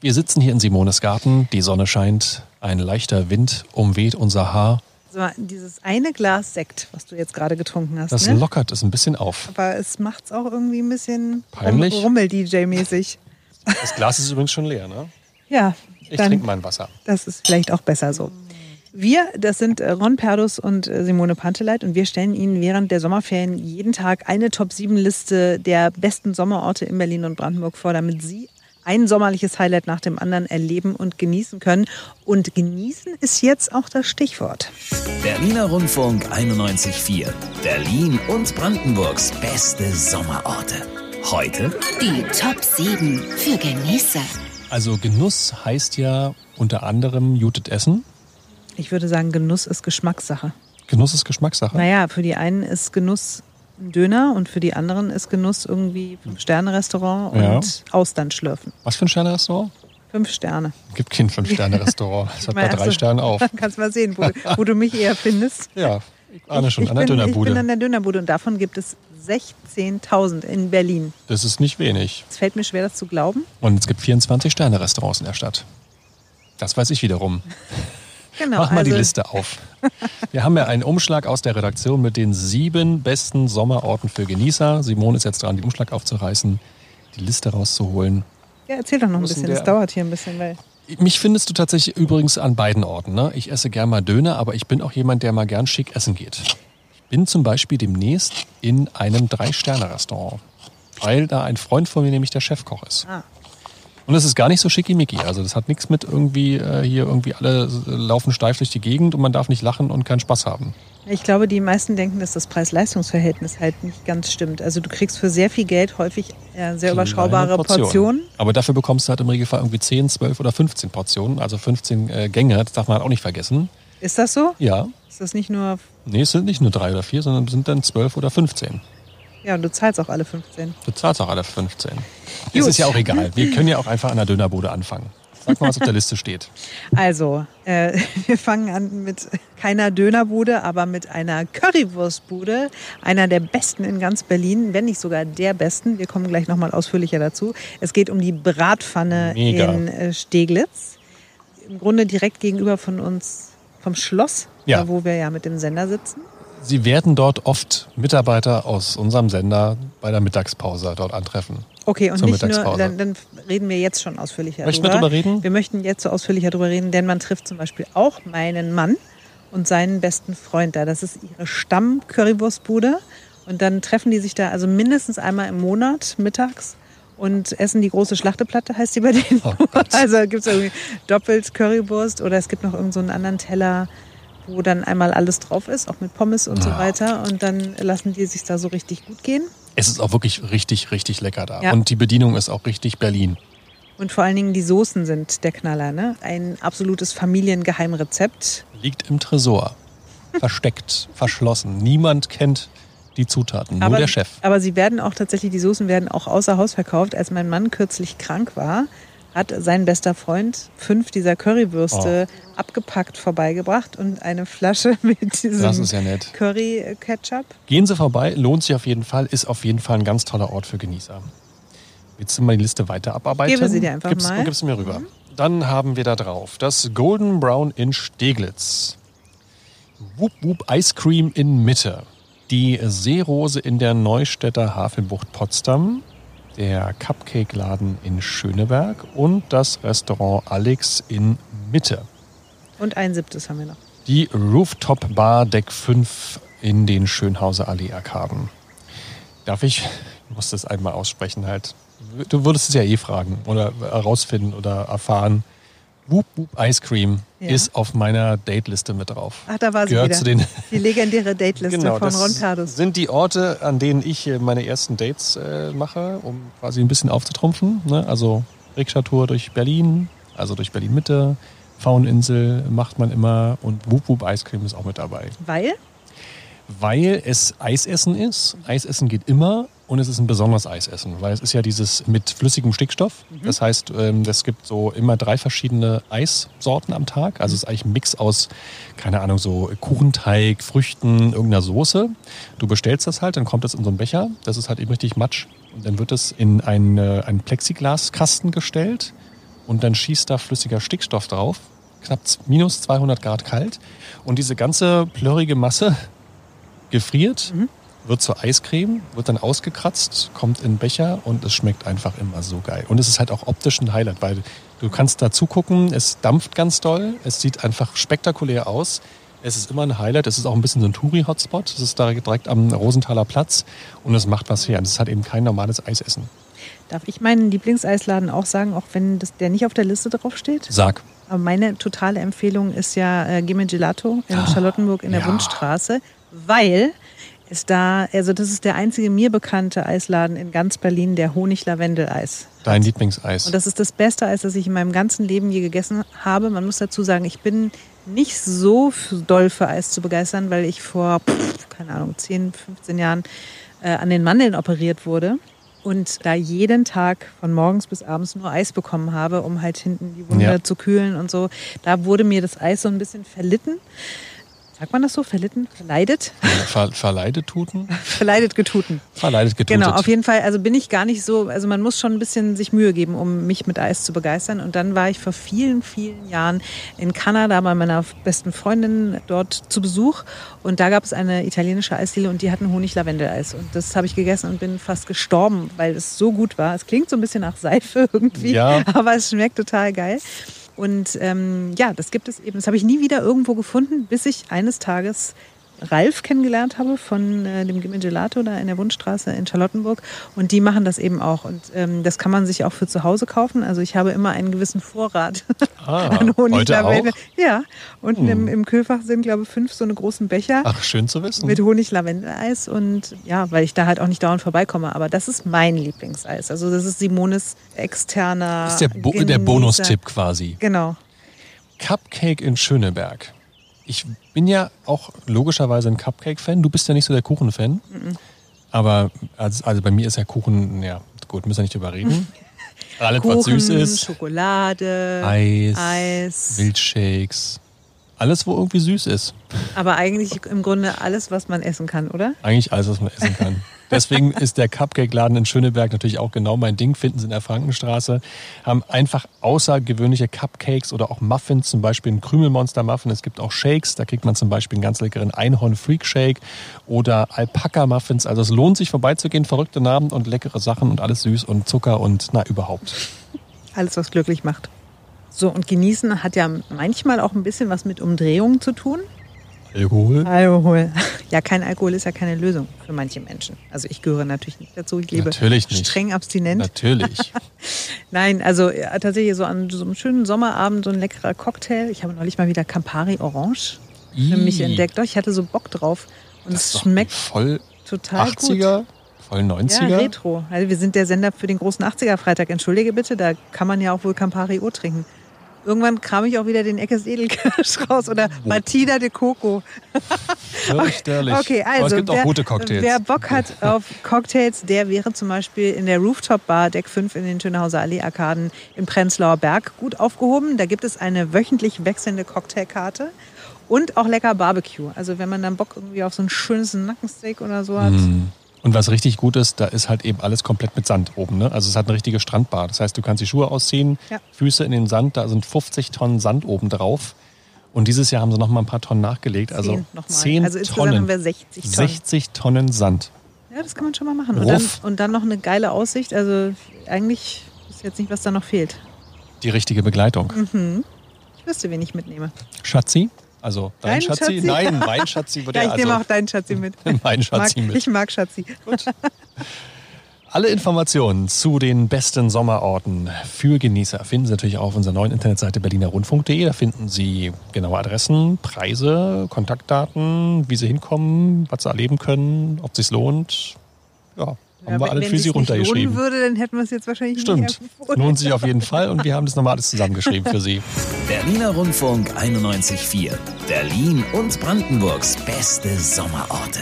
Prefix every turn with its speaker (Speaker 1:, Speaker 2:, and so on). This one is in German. Speaker 1: Wir sitzen hier in Simones Garten, die Sonne scheint, ein leichter Wind umweht unser Haar.
Speaker 2: Also dieses eine Glas Sekt, was du jetzt gerade getrunken hast.
Speaker 1: Das
Speaker 2: ne?
Speaker 1: lockert es ein bisschen auf.
Speaker 2: Aber es macht es auch irgendwie ein bisschen
Speaker 1: Peinlich?
Speaker 2: Rummel-DJ-mäßig.
Speaker 1: Das Glas ist übrigens schon leer, ne?
Speaker 2: Ja,
Speaker 1: Ich
Speaker 2: dann,
Speaker 1: trinke mein Wasser.
Speaker 2: das ist vielleicht auch besser so. Wir, das sind äh, Ron Perdus und äh, Simone Panteleit und wir stellen Ihnen während der Sommerferien jeden Tag eine Top-7-Liste der besten Sommerorte in Berlin und Brandenburg vor, damit Sie ein sommerliches Highlight nach dem anderen erleben und genießen können. Und genießen ist jetzt auch das Stichwort.
Speaker 3: Berliner Rundfunk 91.4. Berlin und Brandenburgs beste Sommerorte. Heute
Speaker 4: Die Top 7 für Genießer.
Speaker 1: Also Genuss heißt ja unter anderem Jutet Essen.
Speaker 2: Ich würde sagen, Genuss ist Geschmackssache.
Speaker 1: Genuss ist Geschmackssache.
Speaker 2: Naja, für die einen ist Genuss ein Döner und für die anderen ist Genuss irgendwie Fünf-Sterne-Restaurant und
Speaker 1: Ja.
Speaker 2: Austern schlürfen.
Speaker 1: Was für ein Sterne-Restaurant?
Speaker 2: Fünf Sterne.
Speaker 1: Gibt kein Fünf-Sterne-Restaurant. Es hat bei
Speaker 2: Mal
Speaker 1: drei
Speaker 2: erste-
Speaker 1: Sternen auf.
Speaker 2: Dann kannst du mal sehen, wo, wo du mich eher findest.
Speaker 1: Ja, ich ahne schon,
Speaker 2: ich,
Speaker 1: an der
Speaker 2: bin, ich bin
Speaker 1: Dönerbude.
Speaker 2: an der Dönerbude und davon gibt es 16.000 in Berlin.
Speaker 1: Das ist nicht wenig.
Speaker 2: Es fällt mir schwer, das zu glauben.
Speaker 1: Und es gibt 24 Sterne-Restaurants in der Stadt. Das weiß ich wiederum.
Speaker 2: Genau,
Speaker 1: Mach mal die
Speaker 2: also
Speaker 1: Liste auf. Wir haben ja einen Umschlag aus der Redaktion mit den sieben besten Sommerorten für Genießer. Simone ist jetzt dran, den Umschlag aufzureißen, die Liste rauszuholen.
Speaker 2: Ja, erzähl doch noch ein
Speaker 1: Müssen
Speaker 2: bisschen,
Speaker 1: wir-
Speaker 2: das dauert hier ein bisschen, weil
Speaker 1: Mich findest du tatsächlich übrigens an beiden Orten. Ne? Ich esse gern mal Döner, aber ich bin auch jemand, der mal gern schick essen geht. Ich bin zum Beispiel demnächst in einem Drei-Sterne-Restaurant, weil da ein Freund von mir nämlich der Chefkoch ist.
Speaker 2: Ah.
Speaker 1: Und es ist gar nicht so schickimicki. Also das hat nichts mit irgendwie äh, hier irgendwie alle äh, laufen steif durch die Gegend und man darf nicht lachen und keinen Spaß haben.
Speaker 2: Ich glaube, die meisten denken, dass das Preis-Leistungs-Verhältnis halt nicht ganz stimmt. Also du kriegst für sehr viel Geld häufig äh, sehr überschaubare
Speaker 1: Kleine
Speaker 2: Portionen.
Speaker 1: Aber dafür bekommst du halt im Regelfall irgendwie 10, 12 oder 15 Portionen, also 15 äh, Gänge, das darf man halt auch nicht vergessen.
Speaker 2: Ist das so?
Speaker 1: Ja,
Speaker 2: Ist das nicht nur,
Speaker 1: nee, es sind nicht nur drei oder vier, sondern es sind dann 12 oder 15.
Speaker 2: ja, du zahlst auch alle 15.
Speaker 1: Du zahlst auch alle 15. Es
Speaker 2: Gut.
Speaker 1: ist ja auch egal, wir können ja auch einfach an der Dönerbude anfangen. Sag mal, was auf der Liste steht.
Speaker 2: Also, äh, wir fangen an mit keiner Dönerbude, aber mit einer Currywurstbude. Einer der besten in ganz Berlin, wenn nicht sogar der besten. Wir kommen gleich nochmal ausführlicher dazu. Es geht um die Bratpfanne
Speaker 1: Mega.
Speaker 2: in äh, Steglitz. Im Grunde direkt gegenüber von uns vom Schloss,
Speaker 1: Ja.
Speaker 2: da wo wir ja mit dem Sender sitzen.
Speaker 1: Sie werden dort oft Mitarbeiter aus unserem Sender bei der Mittagspause dort antreffen.
Speaker 2: Okay, und
Speaker 1: Zur
Speaker 2: nicht nur,
Speaker 1: Mittagspause.
Speaker 2: dann, dann reden wir jetzt schon ausführlicher
Speaker 1: Möchten wir drüber reden?
Speaker 2: Wir möchten jetzt so ausführlicher drüber reden, denn man trifft zum Beispiel auch meinen Mann und seinen besten Freund da. Das ist ihre Stamm-Currywurstbude. Und dann treffen die sich da also mindestens einmal im Monat mittags und essen die große Schlachteplatte, heißt die bei denen.
Speaker 1: Oh Gott.
Speaker 2: also gibt es irgendwie doppelt Currywurst oder es gibt noch irgendeinen so einen anderen Teller, wo dann einmal alles drauf ist, auch mit Pommes und so
Speaker 1: Ah.
Speaker 2: weiter. Und dann lassen die sich da so richtig gut gehen.
Speaker 1: Es ist auch wirklich richtig, richtig lecker da.
Speaker 2: Ja.
Speaker 1: Und die Bedienung ist auch richtig Berlin.
Speaker 2: Und vor allen Dingen die Soßen sind der Knaller, ne? Ein absolutes Familiengeheimrezept.
Speaker 1: liegt im Tresor. Versteckt, verschlossen. Niemand kennt die Zutaten, nur der Chef.
Speaker 2: Aber sie werden auch tatsächlich, die Soßen werden auch außer Haus verkauft. Als mein Mann kürzlich krank war, hat sein bester Freund fünf dieser Currywürste
Speaker 1: Oh.
Speaker 2: abgepackt vorbeigebracht und eine Flasche mit
Speaker 1: Das
Speaker 2: diesem
Speaker 1: ist ja nett.
Speaker 2: Curry-Ketchup.
Speaker 1: Gehen Sie vorbei, lohnt sich auf jeden Fall, ist auf jeden Fall ein ganz toller Ort für Genießer. Willst du mal die Liste weiter abarbeiten?
Speaker 2: Gebe sie dir einfach
Speaker 1: gib's,
Speaker 2: mal. Mhm.
Speaker 1: Gib's mir rüber. Dann haben wir da drauf das Golden Brown in Steglitz. Whoop Whoop Ice Cream in Mitte. Die Seerose in der Neustädter Hafenbucht Potsdam. Der Cupcake-Laden in Schöneberg. Und das Restaurant Alex in Mitte.
Speaker 2: Und ein siebtes haben wir noch.
Speaker 1: Die Rooftop Bar Deck 5 in den Schönhauser Allee-Arkaden. Darf ich, ich muss das einmal aussprechen halt. Du würdest es ja eh fragen oder herausfinden oder erfahren. Whoop Whoop Ice Cream
Speaker 2: Ja.
Speaker 1: ist auf meiner Dateliste mit drauf.
Speaker 2: Ach, da war sie
Speaker 1: Gehört
Speaker 2: wieder.
Speaker 1: zu den
Speaker 2: Die legendäre Dateliste
Speaker 1: Genau,
Speaker 2: von
Speaker 1: das
Speaker 2: Ron Perdus.
Speaker 1: sind die Orte, an denen ich äh, meine ersten Dates äh, mache, um quasi ein bisschen aufzutrumpfen. Ne? Also Rikscha-Tour durch Berlin, also durch Berlin-Mitte, Fauninsel macht man immer und Wup Wup Eiscreme ist auch mit dabei.
Speaker 2: Weil?
Speaker 1: Weil es Eisessen ist. Eisessen geht immer und es ist ein besonderes Eisessen, weil es ist ja dieses mit flüssigem Stickstoff. Das heißt, ähm, es gibt so immer drei verschiedene Eissorten am Tag. Also es ist eigentlich ein Mix aus, keine Ahnung, so Kuchenteig, Früchten, irgendeiner Soße. Du bestellst das halt, dann kommt das in so einen Becher. Das ist halt eben richtig matsch. Und dann wird es in einen, äh, einen Plexiglaskasten gestellt. und dann schießt da flüssiger Stickstoff drauf, knapp z- minus 200 Grad kalt und diese ganze plörrige Masse gefriert,
Speaker 2: Mhm.
Speaker 1: wird zur Eiscreme, wird dann ausgekratzt, kommt in den Becher und es schmeckt einfach immer so geil. Und es ist halt auch optisch ein Highlight, weil du kannst da zugucken, es dampft ganz doll, es sieht einfach spektakulär aus. Es ist immer ein Highlight, es ist auch ein bisschen so ein Touri-Hotspot, es ist da direkt am Rosenthaler Platz und es macht was her. Und Es hat eben kein normales Eisessen.
Speaker 2: Darf ich meinen Lieblingseisladen auch sagen, auch wenn das, der nicht auf der Liste draufsteht?
Speaker 1: Sag.
Speaker 2: Aber meine totale Empfehlung ist ja äh, Gimme Gelato in Charlottenburg in der
Speaker 1: ja.
Speaker 2: Wundstraße, weil es da, also das ist der einzige mir bekannte Eisladen in ganz Berlin, der Honig-Lavendel-Eis.
Speaker 1: Dein Lieblingseis.
Speaker 2: Und das ist das beste Eis, das ich in meinem ganzen Leben je gegessen habe. Man muss dazu sagen, ich bin nicht so f- doll für Eis zu begeistern, weil ich vor, pff, keine Ahnung, 10, 15 Jahren äh, an den Mandeln operiert wurde. Und da jeden Tag von morgens bis abends nur Eis bekommen habe, um halt hinten die Wunde
Speaker 1: Ja.
Speaker 2: zu kühlen und so, da wurde mir das Eis so ein bisschen verlitten. Sagt man das so? Verlitten? Verleidet?
Speaker 1: Hm, Ver verleidet Tuten?
Speaker 2: Verleidet getuten.
Speaker 1: Verleidet getutet.
Speaker 2: Genau, auf jeden Fall. Also bin ich gar nicht so, also man muss schon ein bisschen sich Mühe geben, um mich mit Eis zu begeistern. Und dann war ich vor vielen, vielen Jahren in Kanada bei meiner besten Freundin dort zu Besuch. Und da gab es eine italienische Eisdiele und die hatten Honig-Lavendel-Eis. Und das habe ich gegessen und bin fast gestorben, weil es so gut war. Es klingt so ein bisschen nach Seife irgendwie,
Speaker 1: Ja.
Speaker 2: aber es schmeckt total geil. Und ähm, ja, das gibt es eben. Das habe ich nie wieder irgendwo gefunden, bis ich eines Tages Ralf kennengelernt habe von äh, dem Gimme Gelato da in der Wundstraße in Charlottenburg. Und die machen das eben auch. Und ähm, das kann man sich auch für zu Hause kaufen. Also ich habe immer einen gewissen Vorrat
Speaker 1: Ah,
Speaker 2: an Honig.
Speaker 1: heute auch? Hm.
Speaker 2: Lavendel. Ja, unten im, im Kühlfach sind, glaube ich, fünf so eine großen Becher.
Speaker 1: Ach, schön zu wissen.
Speaker 2: Mit Honig-Lavendel-Eis und ja, weil ich da halt auch nicht dauernd vorbeikomme. Aber das ist mein Lieblingseis. Also das ist Simones externer.
Speaker 1: Das ist der, Bo der
Speaker 2: Genießer.
Speaker 1: Bonustipp quasi.
Speaker 2: Genau.
Speaker 1: Cupcake in Schöneberg. Ich bin ja auch logischerweise ein Cupcake-Fan. Du bist ja nicht so der Kuchen-Fan.
Speaker 2: Mhm.
Speaker 1: Aber also, also bei mir ist ja Kuchen, ja gut, müssen wir nicht drüber reden. Alles, was
Speaker 2: Kuchen,
Speaker 1: süß ist.
Speaker 2: Schokolade,
Speaker 1: Eis,
Speaker 2: Eis.
Speaker 1: Milchshakes. Alles, wo irgendwie süß ist.
Speaker 2: Aber eigentlich im Grunde alles, was man essen kann, oder?
Speaker 1: Eigentlich alles, was man essen kann. Deswegen ist der Cupcake-Laden in Schöneberg natürlich auch genau mein Ding. Finden Sie in der Frankenstraße. Haben einfach außergewöhnliche Cupcakes oder auch Muffins, zum Beispiel ein Krümelmonster-Muffin. Es gibt auch Shakes. Da kriegt man zum Beispiel einen ganz leckeren Einhorn-Freak-Shake oder Alpaka-Muffins. Also es lohnt sich vorbeizugehen. Verrückte Namen und leckere Sachen und alles süß und Zucker und na überhaupt.
Speaker 2: Alles, was glücklich macht. So, und genießen hat ja manchmal auch ein bisschen was mit Umdrehungen zu tun.
Speaker 1: Alkohol?
Speaker 2: Alkohol. Ja, kein Alkohol ist ja keine Lösung für manche Menschen. Also ich gehöre natürlich nicht dazu. Ich lebe
Speaker 1: Natürlich nicht.
Speaker 2: streng abstinent.
Speaker 1: Natürlich.
Speaker 2: Nein, also ja, tatsächlich so an so einem schönen Sommerabend so ein leckerer Cocktail. Ich habe neulich mal wieder Campari Orange für mich
Speaker 1: Ih,
Speaker 2: entdeckt. Doch, ich hatte so Bock drauf. Und
Speaker 1: Das ist
Speaker 2: es
Speaker 1: doch
Speaker 2: schmeckt
Speaker 1: voll
Speaker 2: total Ah, gut.
Speaker 1: 80er, voll 90er.
Speaker 2: Ja, Retro. Also wir sind der Sender für den großen 80er-Freitag. Entschuldige bitte, da kann man ja auch wohl Campari O trinken. Irgendwann kram ich auch wieder den Eckes Edelkirsch raus oder
Speaker 1: Oh.
Speaker 2: Batida de Coco.
Speaker 1: Fürchterlich.
Speaker 2: Okay, also
Speaker 1: Aber es gibt
Speaker 2: wer,
Speaker 1: auch gute Cocktails.
Speaker 2: wer Bock hat auf Cocktails, der wäre zum Beispiel in der Rooftop-Bar Deck 5 in den Schönhauser Allee-Arkaden im Prenzlauer Berg gut aufgehoben. Da gibt es eine wöchentlich wechselnde Cocktailkarte und auch lecker Barbecue. Also wenn man dann Bock irgendwie auf so ein schönes Nackensteak oder so hat,
Speaker 1: Hm. Und was richtig gut ist, da ist halt eben alles komplett mit Sand oben. Ne? Also es hat eine richtige Strandbar. Das heißt, du kannst die Schuhe ausziehen,
Speaker 2: Ja.
Speaker 1: Füße in den Sand, da sind 50 Tonnen Sand oben drauf. Und dieses Jahr haben sie noch mal ein paar Tonnen nachgelegt. Also
Speaker 2: Zehn nochmal.
Speaker 1: 10
Speaker 2: Also insgesamt
Speaker 1: Tonnen.
Speaker 2: haben wir 60 Tonnen.
Speaker 1: 60 Tonnen Sand.
Speaker 2: Ja, das kann man schon mal machen. Und dann,
Speaker 1: Ruff.
Speaker 2: und dann noch eine geile Aussicht. Also eigentlich ist jetzt nicht, was da noch fehlt.
Speaker 1: Die richtige Begleitung.
Speaker 2: Mhm. Ich wüsste, wen ich mitnehme.
Speaker 1: Schatzi? Also dein
Speaker 2: Dein
Speaker 1: Schatzi?
Speaker 2: Schatzi?
Speaker 1: Nein, mein Schatzi wird
Speaker 2: Ja,
Speaker 1: ja,
Speaker 2: ich nehme auch
Speaker 1: also
Speaker 2: deinen Schatzi mit.
Speaker 1: mein Schatzi
Speaker 2: mag,
Speaker 1: mit.
Speaker 2: Ich mag Schatzi.
Speaker 1: Alle Informationen zu den besten Sommerorten für Genießer finden Sie natürlich auf unserer neuen Internetseite berlinerrundfunk.de. Da finden Sie genaue Adressen, Preise, Kontaktdaten, wie Sie hinkommen, was Sie erleben können, ob es sich lohnt. Ja, haben
Speaker 2: Ja,
Speaker 1: wir
Speaker 2: wenn-
Speaker 1: alles für
Speaker 2: wenn
Speaker 1: Sie
Speaker 2: sich's nicht
Speaker 1: runtergeschrieben.
Speaker 2: lohnen würde, dann hätten wir es jetzt wahrscheinlich
Speaker 1: Stimmt.
Speaker 2: nicht
Speaker 1: Lohnt sich auf jeden Fall und wir haben das nochmal alles zusammengeschrieben für Sie.
Speaker 3: Berliner Rundfunk 91.4. Berlin und Brandenburgs beste Sommerorte.